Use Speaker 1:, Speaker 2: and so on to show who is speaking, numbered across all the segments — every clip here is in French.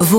Speaker 1: Vous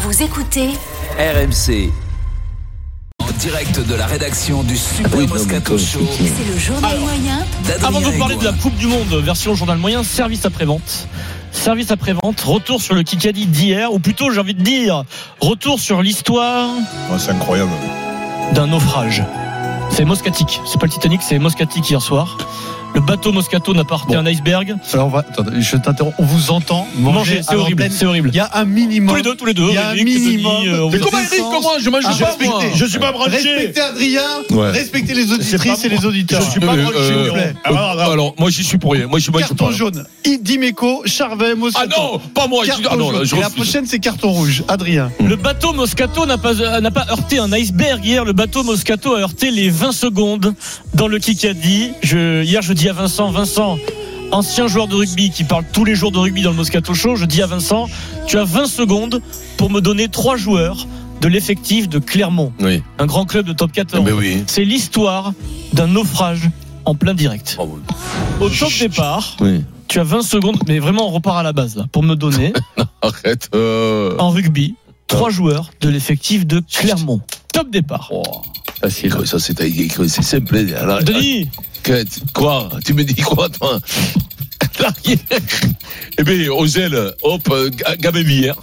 Speaker 1: Vous écoutez
Speaker 2: RMC. En direct de la rédaction du Super
Speaker 3: oui, non, mais
Speaker 2: Moscato
Speaker 3: toi,
Speaker 2: Show.
Speaker 3: c'est hein
Speaker 1: C'est le journal
Speaker 4: Alors,
Speaker 1: moyen
Speaker 2: d'Adrien
Speaker 4: Avant de vous parler de
Speaker 2: Aigouin.
Speaker 4: la Coupe du Monde, version journal moyen, service après-vente. Service après-vente, retour sur le Kikadi d'hier, ou plutôt, j'ai envie de dire, retour sur l'histoire
Speaker 5: Ouais, Ah, c'est incroyable.
Speaker 4: d'un naufrage. C'est Moscatic, c'est pas le Titanic, c'est Moscatic hier soir. Le bateau Moscato n'a pas heurté
Speaker 6: Bon.
Speaker 4: un iceberg.
Speaker 6: Alors, on va, attendez, je t'interromps. On vous entend manger,
Speaker 4: Manger,
Speaker 6: à
Speaker 4: c'est horrible,
Speaker 6: l'antenne.
Speaker 4: c'est horrible.
Speaker 6: Il y a un
Speaker 4: Tous
Speaker 6: minimum.
Speaker 4: les deux, tous les deux.
Speaker 6: Il y a un
Speaker 4: Eric, Denis,
Speaker 6: minimum. Ah,
Speaker 4: euh, on
Speaker 6: Mais
Speaker 4: vous
Speaker 6: comment
Speaker 4: attend.
Speaker 6: Eric, comment
Speaker 4: je mange
Speaker 6: je
Speaker 4: pas,
Speaker 6: respecte-
Speaker 4: moi.
Speaker 6: je
Speaker 4: suis pas branché.
Speaker 6: Respectez Adrien,
Speaker 5: Ouais.
Speaker 6: respectez les
Speaker 4: pas
Speaker 6: auditrices et
Speaker 4: moi.
Speaker 6: les auditeurs.
Speaker 4: Je suis pas
Speaker 6: Euh,
Speaker 4: branché,
Speaker 6: euh,
Speaker 4: s'il vous plaît. Ah,
Speaker 6: euh,
Speaker 4: Alors, alors,
Speaker 7: Alors, moi, j'y suis pour rien. Moi, j'y moi, j'y suis pour
Speaker 6: Carton
Speaker 7: rien.
Speaker 6: jaune, Idimeco, Charvet,
Speaker 7: Ah
Speaker 6: Moscato.
Speaker 7: non, pas moi.
Speaker 6: Carton
Speaker 7: j'y- Ah non,
Speaker 6: jaune.
Speaker 7: là, je
Speaker 6: Et la
Speaker 7: refuse.
Speaker 6: prochaine, c'est carton rouge. Adrien.
Speaker 4: Le bateau Moscato n'a pas, euh, n'a pas heurté un iceberg hier. Le bateau Moscato a heurté les 20 secondes dans le Kikadi. Je, hier, je dis à Vincent, Vincent, ancien joueur de rugby qui parle tous les jours de rugby dans le Moscato Show, je dis à Vincent, tu as 20 secondes pour me donner trois joueurs de l'effectif de Clermont,
Speaker 7: Oui.
Speaker 4: un grand club de top 14.
Speaker 7: Ah, Mais oui.
Speaker 4: C'est l'histoire d'un naufrage en plein
Speaker 7: Ah,
Speaker 4: direct. Au top départ,
Speaker 7: Oui.
Speaker 4: tu as 20 secondes, mais vraiment on repart à la base là, pour me donner
Speaker 7: Arrête. euh,
Speaker 4: en rugby, trois joueurs de l'effectif de Clermont. Top départ.
Speaker 7: oh, Ça, c'est c'est simple. Alors,
Speaker 4: Denis,
Speaker 7: arrête. Quoi Tu me dis quoi, toi L'arrière. Eh bien, Ozel, hop, euh, Ga- Gabin hier.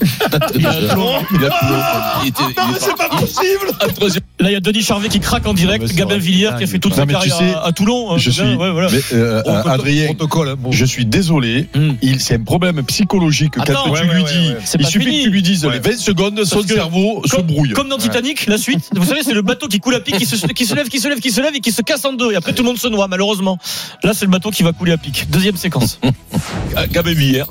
Speaker 7: Il a plomb. Il a
Speaker 4: Ah,
Speaker 7: plomb. Il était. Non, mais c'est pas possible
Speaker 4: là il y a Denis Charvet qui craque en
Speaker 6: Non, mais
Speaker 4: direct,
Speaker 6: c'est
Speaker 4: Gabin
Speaker 6: vrai.
Speaker 4: Villière qui a fait toute
Speaker 5: Non,
Speaker 4: sa
Speaker 5: mais tu
Speaker 4: carrière
Speaker 5: sais,
Speaker 4: à- à Toulon. hein,
Speaker 5: je
Speaker 4: Gabin,
Speaker 5: suis-
Speaker 4: ouais, voilà.
Speaker 5: Mais
Speaker 4: Bon,
Speaker 5: euh, euh,
Speaker 4: protocole-
Speaker 5: Adrien,
Speaker 6: Protocole. hein, bon.
Speaker 5: je suis désolé.
Speaker 4: Hum.
Speaker 5: Il, c'est un problème psychologique quand
Speaker 4: Attends,
Speaker 5: tu
Speaker 4: ouais,
Speaker 5: lui
Speaker 4: ouais,
Speaker 5: dis.
Speaker 4: ouais, ouais. C'est
Speaker 5: Il
Speaker 4: pas
Speaker 5: suffit
Speaker 4: fini.
Speaker 5: que tu lui dises
Speaker 4: Ouais.
Speaker 5: les 20 secondes, son
Speaker 4: Parce que
Speaker 5: cerveau se brouille.
Speaker 4: Comme dans Titanic, la suite, vous savez, c'est le bateau qui coule à pic, qui se, qui se lève, qui se lève, qui se lève et qui se casse en deux. Et après, tout le monde se noie, malheureusement. Là, c'est le bateau qui va couler à pic. Deuxième séquence.
Speaker 7: Ah, Gabin hier.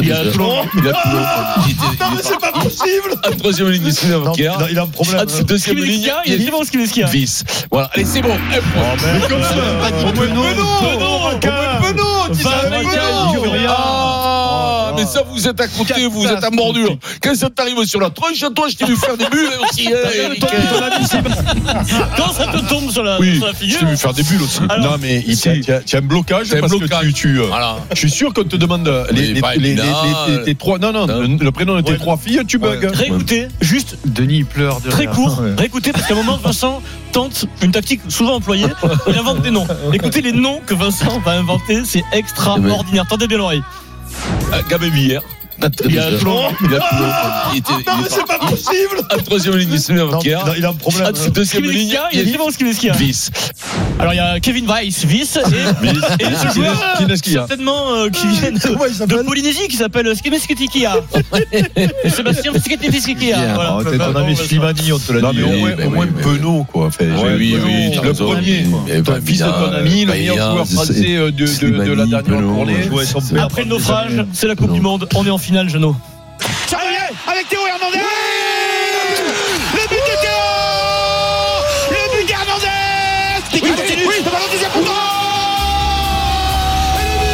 Speaker 7: Il a plomb. Il a
Speaker 4: Ah,
Speaker 7: plomb. Il était- il est
Speaker 6: hein, C'est pas possible.
Speaker 7: pas- Troisième ligne, il s'est
Speaker 6: Non, non, il a un problème. hein.
Speaker 7: Ah, Deuxième
Speaker 4: Skibidi
Speaker 7: ligne.
Speaker 4: Skia, Il est Oh, vraiment Skibidi Skia.
Speaker 7: Vis. Voilà, allez, c'est bon. Un point.
Speaker 5: Mais comme ça,
Speaker 6: pas dit
Speaker 5: au moins
Speaker 6: Penaud.
Speaker 7: Penaud, Penaud, tu
Speaker 4: Van
Speaker 7: savais pas.
Speaker 4: Gaal, Juria. Oh,
Speaker 7: Ah, mais ça, vous êtes à côté, vous êtes à mordure. Quand ça t'arrive sur la tronche, toi, je t'ai vu faire des bulles aussi. hein, Eric.
Speaker 4: Quand ça te tombe sur la,
Speaker 5: Oui,
Speaker 4: sur la
Speaker 5: je
Speaker 4: figure.
Speaker 5: t'ai vu faire des bulles aussi.
Speaker 4: Alors,
Speaker 5: non, Ah, mais il
Speaker 7: si.
Speaker 5: y a- il y a un blocage
Speaker 7: T'as un
Speaker 5: parce
Speaker 7: blocage.
Speaker 5: que tu. tu, euh,
Speaker 7: Voilà.
Speaker 5: Je suis sûr qu'on te demande les,
Speaker 7: Oui,
Speaker 5: les,
Speaker 7: pas
Speaker 5: les- les-
Speaker 7: Elina,
Speaker 5: les- les- les trois. Non, non,
Speaker 7: euh,
Speaker 5: le, le prénom de tes trois filles, tu bugs.
Speaker 4: Réécoutez, juste
Speaker 6: Denis il pleure. de
Speaker 4: très
Speaker 6: rire.
Speaker 4: court,
Speaker 6: Ouais.
Speaker 4: réécoutez parce qu'à un moment Vincent tente une tactique souvent employée, il invente des noms. Écoutez les noms que Vincent va inventer, c'est extraordinaire. Tendez bien l'oreille.
Speaker 7: Ah, Gabin hier. Il a plomb. Il a plomb. Il était- il est pas-
Speaker 6: possible.
Speaker 7: Ah, Troisième ligne, c'est
Speaker 6: Non, non, il a un problème. hein.
Speaker 7: Ah, Deuxième ligne,
Speaker 4: Skibiliskia, il est vraiment Skibiliskia.
Speaker 7: Vis.
Speaker 4: Alors il y a Kevin Weiss, Vice, et, et ce joueur
Speaker 5: Tinaski.
Speaker 4: certainement euh, qui vient de,
Speaker 6: Ah, Comment il
Speaker 4: de
Speaker 6: s'appelle
Speaker 4: Polynésie qui s'appelle Skimeskitikia. Et Sébastien Skimeskitikia.
Speaker 6: Ah,
Speaker 4: Voilà.
Speaker 6: t'es- On avait Slimani, on te l'a
Speaker 5: Non,
Speaker 6: dit.
Speaker 5: mais au
Speaker 7: Oui,
Speaker 5: moins,
Speaker 7: ben
Speaker 5: au moins
Speaker 7: oui, ben
Speaker 5: Penaud, quoi. Enfin,
Speaker 7: Oui,
Speaker 5: j'ai-
Speaker 7: oui,
Speaker 5: Penaud,
Speaker 7: oui, t'as
Speaker 5: Le
Speaker 7: raison.
Speaker 5: premier.
Speaker 7: Eh,
Speaker 5: Ton
Speaker 7: ben,
Speaker 5: fils de
Speaker 7: Mina,
Speaker 5: ton ami, le meilleur
Speaker 7: Payard,
Speaker 5: joueur
Speaker 7: c'est-
Speaker 5: français euh, de, de, de la
Speaker 7: Slimani,
Speaker 5: dernière
Speaker 7: Penaud,
Speaker 5: journée.
Speaker 7: ouais.
Speaker 4: Après le naufrage, c'est la Coupe du Monde. On est en finale, Jeannot.
Speaker 8: avec Théo Hernandez Le but de Théo Le but d'Hernandez Qui continue Le ballon deuxième pour Théo Et le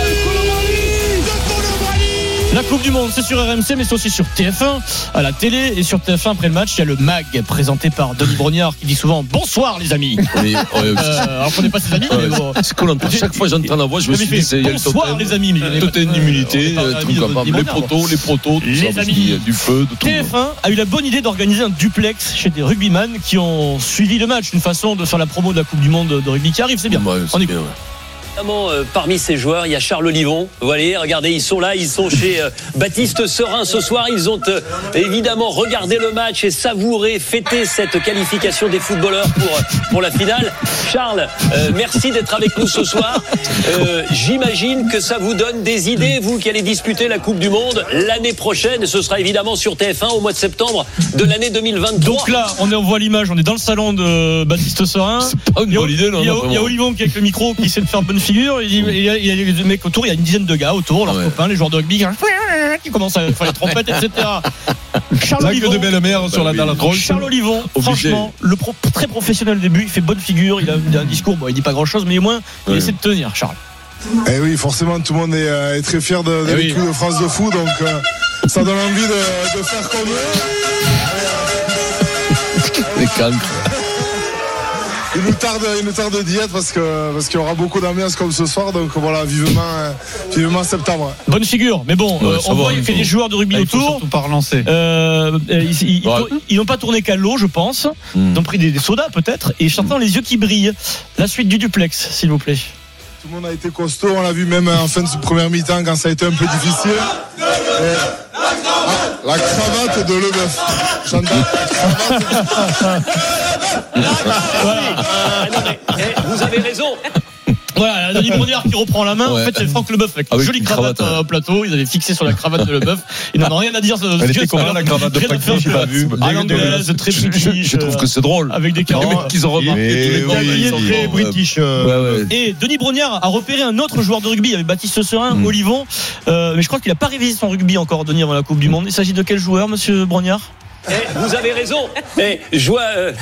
Speaker 8: but Koulibaly de Koulibaly
Speaker 4: La Coupe du Monde, c'est sur RMC, mais c'est aussi sur TF1, à la télé. Et sur TF1, après le match, il y a le MAG, présenté par Denis Brognard, qui dit souvent Bonsoir, les amis.
Speaker 7: Mais, ouais, c'est-
Speaker 4: Euh, alors qu'on n'est pas ses amis, mais bon.
Speaker 7: C'est qu'on entend. Chaque fois que j'entends la voix, je me
Speaker 4: Comme
Speaker 7: suis
Speaker 4: il
Speaker 7: dit, c'est
Speaker 4: fait,
Speaker 7: il y a une
Speaker 4: Bonsoir,
Speaker 7: totem.
Speaker 4: les amis. mais il est- on
Speaker 7: Totem
Speaker 4: est
Speaker 7: d'immunité,
Speaker 4: pas amis
Speaker 7: euh, truc
Speaker 4: de-
Speaker 7: comme ça.
Speaker 4: des
Speaker 7: les
Speaker 4: Brognards, bon.
Speaker 7: protos, les protos, tout
Speaker 4: Les
Speaker 7: ça, parce
Speaker 4: amis.
Speaker 7: qu'il y a du feu, de tout.
Speaker 4: TF1 a eu la bonne idée d'organiser un duplex chez des rugbyman qui ont suivi le match, une façon de faire la promo de la Coupe du Monde de rugby qui arrive, c'est bien.
Speaker 7: Ouais,
Speaker 4: On
Speaker 7: c'est bien, ouais.
Speaker 9: Notamment euh, parmi ces joueurs, il y a Charles Olivon. Vous voyez, regardez, ils sont là, ils sont chez euh, Baptiste Serin ce soir. Ils ont euh, évidemment regardé le match et savouré, fêté cette qualification des footballeurs pour, euh, pour la finale. Charles, euh, merci d'être avec nous ce soir. Euh, J'imagine que ça vous donne des idées, vous qui allez disputer la Coupe du Monde l'année prochaine. Ce sera évidemment sur TF1 au mois de septembre de l'année 2023.
Speaker 4: Donc là, on, est, on voit l'image, on est dans le salon de Baptiste Sorin.
Speaker 7: C'est pas une
Speaker 4: Il y a-
Speaker 7: bonne idée, non,
Speaker 4: il y a-
Speaker 7: non,
Speaker 4: il y a
Speaker 7: vraiment.
Speaker 4: Olivon qui est avec le micro qui essaie de faire bonne figure. Il, dit- il y a, il y a des mecs autour, il y a une dizaine de gars autour, leurs
Speaker 7: Ah ouais.
Speaker 4: copains, les joueurs de rugby. qui- là qu'il commence à faire les trompettes, etc. Charles
Speaker 5: Blague de
Speaker 4: Olivon,
Speaker 5: belle-mère sur la dalle
Speaker 4: Charles Olivon,
Speaker 7: Bah Obligé.
Speaker 4: franchement, le pro- très professionnel au début, il fait bonne figure, il a, il a un discours, bon, il dit pas grand chose, mais au moins, il
Speaker 7: Ouais.
Speaker 4: essaie de tenir, Charles.
Speaker 3: Eh oui, forcément, tout le monde est, euh, est très fier de, de
Speaker 7: Eh oui.
Speaker 3: l'équipe de France de fou, donc euh, ça donne envie de, de faire comme eux.
Speaker 7: Les cancres.
Speaker 3: Il nous tarde, il nous tarde d'y être parce que parce qu'il y aura beaucoup d'ambiance comme ce soir, donc voilà, vivement, euh, vivement septembre.
Speaker 4: Bonne figure, mais bon,
Speaker 7: Ouais,
Speaker 4: euh,
Speaker 7: ça
Speaker 4: on
Speaker 7: va,
Speaker 4: voit
Speaker 7: Ah, il
Speaker 4: qu'il y a
Speaker 7: faut-
Speaker 4: des joueurs de rugby
Speaker 6: Il faut
Speaker 4: autour.
Speaker 6: surtout pas relancer.
Speaker 4: Euh, euh, ils ils- ils-
Speaker 7: Ouais.
Speaker 4: ils n'ont pas tourné qu'à l'eau, je pense.
Speaker 7: Hmm.
Speaker 4: Ils ont pris des, des sodas peut-être et j'entends les yeux qui brillent. La suite du duplex, s'il vous plaît.
Speaker 3: Tout le monde a été costaud, on l'a vu même en fin de ce premier mi-temps quand ça a été un peu difficile. Et- Ah, la cravate de Leboeuf. J'entends la cravate
Speaker 9: Ah non, mais, eh, vous avez raison.
Speaker 4: Voilà, Denis Brogniard qui reprend la main.
Speaker 7: Ouais.
Speaker 4: En fait, c'est Franck Leboeuf
Speaker 6: Ah
Speaker 4: avec, une
Speaker 7: Avec
Speaker 4: jolie
Speaker 7: une
Speaker 4: cravate,
Speaker 7: cravate,
Speaker 4: euh, au plateau. Ils avaient fixé sur la cravate de Leboeuf. Ils n'en ont rien à dire. ce- ce
Speaker 6: Elle
Speaker 4: vieux,
Speaker 6: était
Speaker 4: c'est
Speaker 6: comment
Speaker 4: pas
Speaker 6: la
Speaker 4: grave.
Speaker 6: cravate de
Speaker 4: Rien à
Speaker 6: Franck
Speaker 4: faire, Ah
Speaker 6: J'ai pas vu.
Speaker 4: À l'anglaise, euh, très
Speaker 7: Je, je-
Speaker 4: british.
Speaker 7: je trouve
Speaker 4: euh,
Speaker 7: que c'est drôle.
Speaker 4: Avec des
Speaker 7: Les mecs
Speaker 4: carottes.
Speaker 7: qu'ils ont remarqué.
Speaker 6: Mais
Speaker 7: tous les
Speaker 6: Eh oui,
Speaker 7: gars,
Speaker 4: il
Speaker 6: oui,
Speaker 4: est
Speaker 7: ils ont-
Speaker 6: oui,
Speaker 4: très
Speaker 6: bon,
Speaker 4: british,
Speaker 6: euh,
Speaker 7: Ouais, ouais.
Speaker 4: Et Denis Brognard a repéré un autre joueur de rugby avec Baptiste Serin,
Speaker 7: Hmm.
Speaker 4: Olivon. Euh, mais je crois qu'il n'a pas révisé son rugby encore, Denis, avant la Coupe du Monde. Il s'agit de quel joueur, monsieur Brognard
Speaker 9: Eh, vous avez raison. Eh, je vois euh,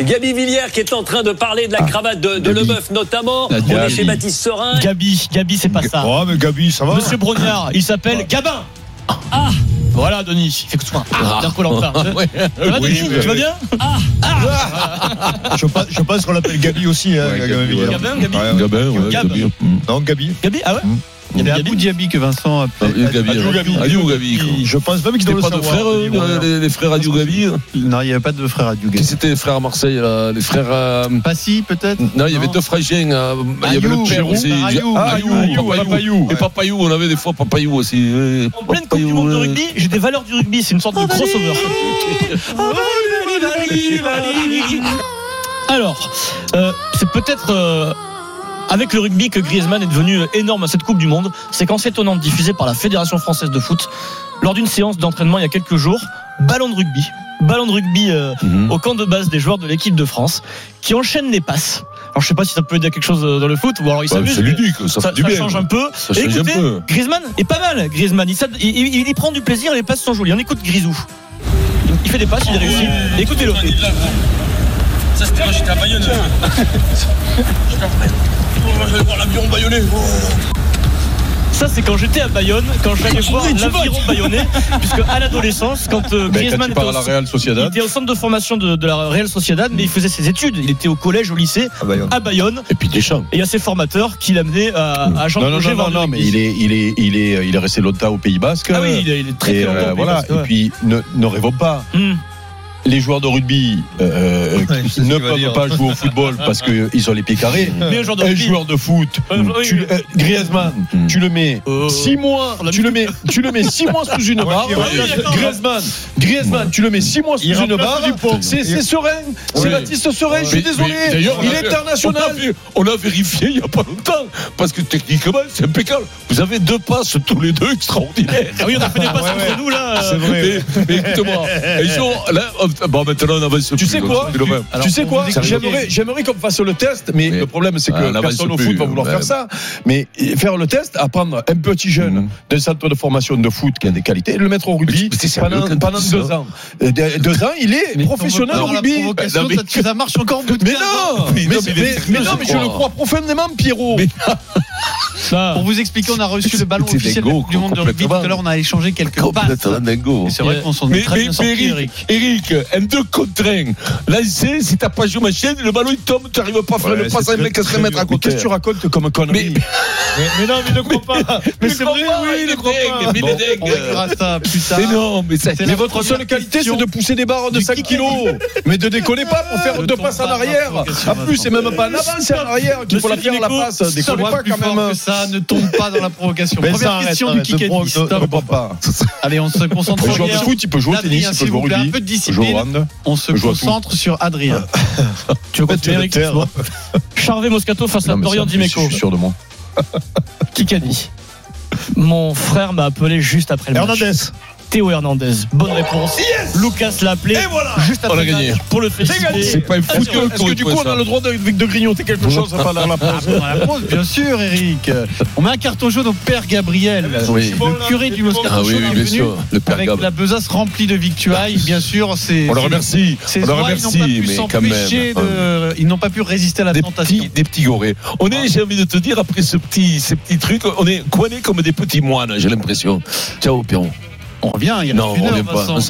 Speaker 9: Gabi Villière qui est en train de parler de la cravate de, de
Speaker 7: Gabi.
Speaker 9: Leboeuf notamment.
Speaker 7: Ah,
Speaker 9: On est
Speaker 7: Gabi.
Speaker 9: chez Baptiste Serin.
Speaker 4: Gabi, Gabi, c'est pas ça.
Speaker 6: Oh, mais Gabi, ça va.
Speaker 4: Monsieur Brognard, il s'appelle Gabin. Ah Voilà, Denis, il fait que toi. Ah, d'un coup, l'enfer. Ça
Speaker 7: Ouais.
Speaker 4: va,
Speaker 7: Oui,
Speaker 4: Denis
Speaker 7: oui,
Speaker 4: Tu vas
Speaker 7: oui.
Speaker 4: bien
Speaker 6: Je pense, je pense qu'on l'appelle Gabi aussi. Hein,
Speaker 7: Ouais,
Speaker 6: Gabi,
Speaker 7: Gabi, ouais.
Speaker 6: Gabi.
Speaker 4: Gabin, Gabi
Speaker 6: Ouais, ouais.
Speaker 7: Ah, Gabin, ouais,
Speaker 4: Gab.
Speaker 7: Gabi. Mm.
Speaker 6: Non, Gabi.
Speaker 4: Gabi Ah ouais Il y avait
Speaker 6: C'est
Speaker 4: un
Speaker 6: Abou
Speaker 4: bout de-
Speaker 6: Diaby que Vincent a
Speaker 7: Ah, Gabi,
Speaker 6: Adjou
Speaker 7: ouais. Adjou Gabi, quoi.
Speaker 6: Je pense même qu'ils
Speaker 7: C'était
Speaker 6: doivent le
Speaker 7: pas de
Speaker 6: savoir.
Speaker 7: frères, euh,
Speaker 6: Denis Brogniard.
Speaker 7: les, les frères Radio Gabi hein
Speaker 6: Non, il n'y avait pas de frère Adjou
Speaker 7: Qui
Speaker 6: Gabi.
Speaker 7: c'était les frères à Marseille là Les frères. euh,
Speaker 6: Passy, peut-être
Speaker 7: Non, il y avait
Speaker 6: Non.
Speaker 7: deux fragiens. euh, Il y avait le
Speaker 6: Ayou,
Speaker 7: père
Speaker 6: Giroud,
Speaker 7: aussi.
Speaker 6: par Ayou.
Speaker 7: Ah,
Speaker 6: Ayou,
Speaker 7: Ayou,
Speaker 6: Ayou,
Speaker 7: Papayou.
Speaker 6: Papayou.
Speaker 7: Et Papayou, on avait des fois Papayou aussi. euh, ouais.
Speaker 4: En pleine Coupe du Monde de
Speaker 7: Papayou,
Speaker 4: rugby, j'ai des valeurs du rugby, c'est une sorte de crossover. Alors, euh, c'est peut-être euh, avec le rugby que Griezmann est devenu énorme à cette Coupe du Monde. Séquence étonnante diffusée par la Fédération française de foot lors d'une séance d'entraînement il y a quelques jours. Ballon de rugby. Ballon de rugby euh,
Speaker 7: euh, mhm.
Speaker 4: au camp de base des joueurs de l'équipe de France qui enchaînent les passes. Alors je sais pas si ça peut aider à quelque chose euh, dans le foot ou alors ils
Speaker 7: Ouais, mais
Speaker 4: s'amusent.
Speaker 7: Bah, C'est
Speaker 4: mais
Speaker 7: ludique, ça
Speaker 4: Ça,
Speaker 7: fait du
Speaker 4: ça
Speaker 7: bien.
Speaker 4: change
Speaker 7: quoi.
Speaker 4: un peu.
Speaker 7: Ça
Speaker 4: Et
Speaker 7: change un
Speaker 4: écoutez,
Speaker 7: peu.
Speaker 4: Griezmann est pas mal. Griezmann, il, s'ad- il- il- il y prend du plaisir, les passes sont jolies. On écoute Grisou. Il fait des passes, il est réussi. Écoutez-le.
Speaker 8: Ça c'était quand j'étais à Bayonne. J'étais à Bayonne. Oh, moi, J'allais voir l'avion bayonnais.
Speaker 4: Oh. Ça, c'est quand j'étais à Bayonne, quand j'allais voir
Speaker 8: tu votes.
Speaker 4: l'aviron bayonnais, puisque à l'adolescence, quand euh,
Speaker 5: Mais quand
Speaker 4: Griezmann
Speaker 5: tu
Speaker 4: était
Speaker 5: pars
Speaker 4: au,
Speaker 5: à la Real
Speaker 4: il
Speaker 5: Sociedad,
Speaker 4: était au centre de formation de, de la Real Sociedad, mais il faisait ses études. Il était au collège, au lycée,
Speaker 6: Ah, Bayonne.
Speaker 4: à Bayonne,
Speaker 7: Et puis Deschamps.
Speaker 4: et il y a ses formateurs qui l'amenaient à, à Jean
Speaker 5: non, non,
Speaker 4: Projet
Speaker 5: non, non,
Speaker 4: voir le
Speaker 5: non, mais
Speaker 4: rugby.
Speaker 5: il est, il est, il est, il est resté longtemps au Pays Basque.
Speaker 4: Ah oui, il est, il est très
Speaker 5: et
Speaker 4: très
Speaker 5: euh,
Speaker 4: longtemps au Pays
Speaker 5: voilà.
Speaker 4: Basque,
Speaker 5: Et
Speaker 4: ouais.
Speaker 5: puis, ne, ne rêvons pas.
Speaker 4: Hmm.
Speaker 5: Les joueurs de rugby euh,
Speaker 6: Ouais, je sais ce
Speaker 5: ne
Speaker 6: qu'il va
Speaker 5: peuvent
Speaker 6: dire.
Speaker 5: pas jouer au football parce qu'ils ont les pieds carrés.
Speaker 4: Mais un joueur de
Speaker 5: Un
Speaker 4: rugby,
Speaker 5: joueur de foot,
Speaker 4: Euh, oui,
Speaker 5: tu,
Speaker 4: oui.
Speaker 5: euh, Griezmann,
Speaker 7: Mm.
Speaker 5: tu le mets
Speaker 4: Euh,
Speaker 5: 6 mois,
Speaker 4: on l'a
Speaker 5: tu le mets, tu le mets 6 mois sous une barre. euh,
Speaker 4: oui, d'accord.
Speaker 5: Griezmann, Griezmann, tu le mets 6 mois sous
Speaker 6: Il
Speaker 5: une
Speaker 6: remplace
Speaker 5: barre. C'est c'est serein, c'est
Speaker 7: Oui.
Speaker 5: Baptiste Serein, je suis
Speaker 7: Mais-
Speaker 5: désolé.
Speaker 7: mais d'ailleurs,
Speaker 5: Il
Speaker 7: on a-
Speaker 5: est
Speaker 7: On a,
Speaker 5: international.
Speaker 7: vu- on a vérifié il n'y a pas longtemps, parce que techniquement, c'est impeccable. Vous avez deux passes tous les deux extraordinaires.
Speaker 4: Ah oui, on a fait des passes entre nous là. euh,
Speaker 7: Mais, mais écoute-moi, ils ont. Là, on- bon, maintenant, on avance.
Speaker 5: Tu sais quoi Tu sais quoi J'aimerais, j'aimerais qu'on fasse le test, mais
Speaker 7: Mais-
Speaker 5: le problème c'est
Speaker 7: Ah, on
Speaker 5: que
Speaker 7: avance
Speaker 5: personne au
Speaker 7: plus,
Speaker 5: foot va vouloir
Speaker 7: ouais.
Speaker 5: faire ça. Mais faire le test, apprendre un petit jeune
Speaker 7: Mhm.
Speaker 5: d'un centre de formation de foot qui a des qualités, le mettre au rugby
Speaker 7: Mais c'est sérieux
Speaker 5: pendant,
Speaker 7: quand tu
Speaker 5: pendant
Speaker 7: dis
Speaker 5: deux
Speaker 7: ça.
Speaker 5: ans. Euh, de- Deux ans, il est professionnel
Speaker 6: Professionnel
Speaker 5: au rugby.
Speaker 7: Non, mais-
Speaker 6: Ça marche encore au bout de
Speaker 5: Mais
Speaker 6: quinze
Speaker 5: non,
Speaker 6: ans.
Speaker 5: mais,
Speaker 7: non,
Speaker 5: mais-
Speaker 7: mais-
Speaker 5: mais- mais non, mais je
Speaker 7: crois.
Speaker 5: le crois profondément, Pierrot.
Speaker 4: ça.
Speaker 6: Pour vous expliquer, on a reçu le ballon
Speaker 7: C'est
Speaker 6: officiel de
Speaker 7: dingo,
Speaker 6: la Coupe du monde de rugby. Tout
Speaker 7: complètement.
Speaker 6: à l'heure, on a échangé quelques passes.
Speaker 7: Complètement dingo.
Speaker 6: Et c'est vrai qu'on s'en est
Speaker 7: Mais,
Speaker 6: très
Speaker 7: mais-
Speaker 6: bien
Speaker 7: mais
Speaker 6: sorti,
Speaker 7: Eric,
Speaker 6: Eric.
Speaker 7: Eric, un 2 contre 1. Lancé, si t'as pas joué ma chaîne, le ballon il tombe, tu n'arrives pas à faire
Speaker 5: Ouais,
Speaker 7: le passe
Speaker 5: c'est
Speaker 7: à un
Speaker 5: très-
Speaker 7: mec à
Speaker 5: très
Speaker 7: 5 mètres à
Speaker 5: dur. Mais
Speaker 7: côté.
Speaker 5: qu'est-ce que tu racontes comme
Speaker 7: Mais-
Speaker 5: connerie
Speaker 4: Mais non, mais ne crois pas.
Speaker 7: Mais c'est vrai, oui, il est dingue, mais il est
Speaker 6: On
Speaker 7: dingue.
Speaker 6: verra ça plus tard.
Speaker 7: Mais non, mais ça.
Speaker 6: C'est
Speaker 5: Mais
Speaker 6: la
Speaker 5: votre
Speaker 6: première
Speaker 5: seule qualité,
Speaker 6: question.
Speaker 5: c'est de pousser des barres de 5 kilos. Mais ne déconnez pas pour faire
Speaker 6: Ne
Speaker 5: deux
Speaker 6: tombe
Speaker 5: passes en
Speaker 6: pas,
Speaker 5: arrière.
Speaker 6: provocation,
Speaker 5: En plus, c'est même pas en avant, c'est en arrière qu'il faut la
Speaker 4: Monsieur
Speaker 5: faire la
Speaker 4: Dimeco,
Speaker 5: passe. Déconnez
Speaker 6: Sors
Speaker 5: pas
Speaker 6: plus
Speaker 5: quand
Speaker 6: fort
Speaker 5: même.
Speaker 6: que ça, ne tombe pas dans la provocation.
Speaker 5: Mais
Speaker 6: Première
Speaker 5: ça, arrête,
Speaker 6: question
Speaker 5: arrête,
Speaker 6: du
Speaker 5: ne provoque-
Speaker 6: Kikadi.
Speaker 5: ne
Speaker 6: Stop.
Speaker 5: provoque pas.
Speaker 6: Allez, on se concentre.
Speaker 5: Le
Speaker 6: sur
Speaker 5: joueur de
Speaker 6: Adrien.
Speaker 5: foot, il peut jouer au tennis,
Speaker 6: Adrien,
Speaker 5: il peut
Speaker 6: s'il
Speaker 5: jouer
Speaker 6: vous
Speaker 5: au
Speaker 6: plaît, un
Speaker 5: rugby,
Speaker 6: peu de
Speaker 5: il peut jouer au
Speaker 6: discipline.
Speaker 5: hand.
Speaker 6: On se
Speaker 5: Je joue à tout.
Speaker 6: concentre sur Adrien.
Speaker 4: Tu veux continuer,
Speaker 5: le
Speaker 4: Eric
Speaker 5: terre.
Speaker 4: Bon. Charvet Moscato face à
Speaker 5: hein. Non, mais
Speaker 4: Florian
Speaker 5: ça, je
Speaker 4: Dimeco.
Speaker 5: suis sûr de moi.
Speaker 4: Qui qu'a dit Mon frère m'a appelé juste après le match. Théo Hernandez. Bonne réponse. Lucas l'a appelé
Speaker 5: Et voilà
Speaker 4: juste
Speaker 7: On
Speaker 4: après
Speaker 7: a gagné.
Speaker 4: le match pour le féliciter.
Speaker 7: C'est pas une
Speaker 5: Est-ce
Speaker 7: foutue
Speaker 5: que, est-ce que du coup, on a le droit de, de grignoter quelque chose enfin, dans
Speaker 7: Ah,
Speaker 5: la presse
Speaker 6: Dans la pause, bien sûr, Eric. On met un carton jaune au père Gabriel.
Speaker 7: Oui.
Speaker 6: Le curé du
Speaker 7: Ah
Speaker 6: Moscato Show
Speaker 7: oui, oui,
Speaker 6: est
Speaker 7: bien
Speaker 6: venu
Speaker 7: sûr. Le père
Speaker 6: avec
Speaker 7: Gab.
Speaker 6: la besace remplie de victuailles, bien sûr. C'est
Speaker 7: Bah, On le remercie.
Speaker 6: Ces
Speaker 7: On le
Speaker 6: rois, ils n'ont pas
Speaker 7: remercie,
Speaker 6: pu
Speaker 7: mais quand
Speaker 6: s'empêcher
Speaker 7: même.
Speaker 6: de- Ils n'ont pas pu résister à la
Speaker 7: Des
Speaker 6: tentation.
Speaker 7: petits, des petits gorés. On est, j'ai envie de te dire, après ce petit, ces petits trucs, on est coinés comme des petits moines, j'ai l'impression. Ciao, Pierrot.
Speaker 6: On revient, il reste
Speaker 7: Non,
Speaker 6: une
Speaker 7: on
Speaker 6: heure,
Speaker 7: revient pas.
Speaker 6: Vincent.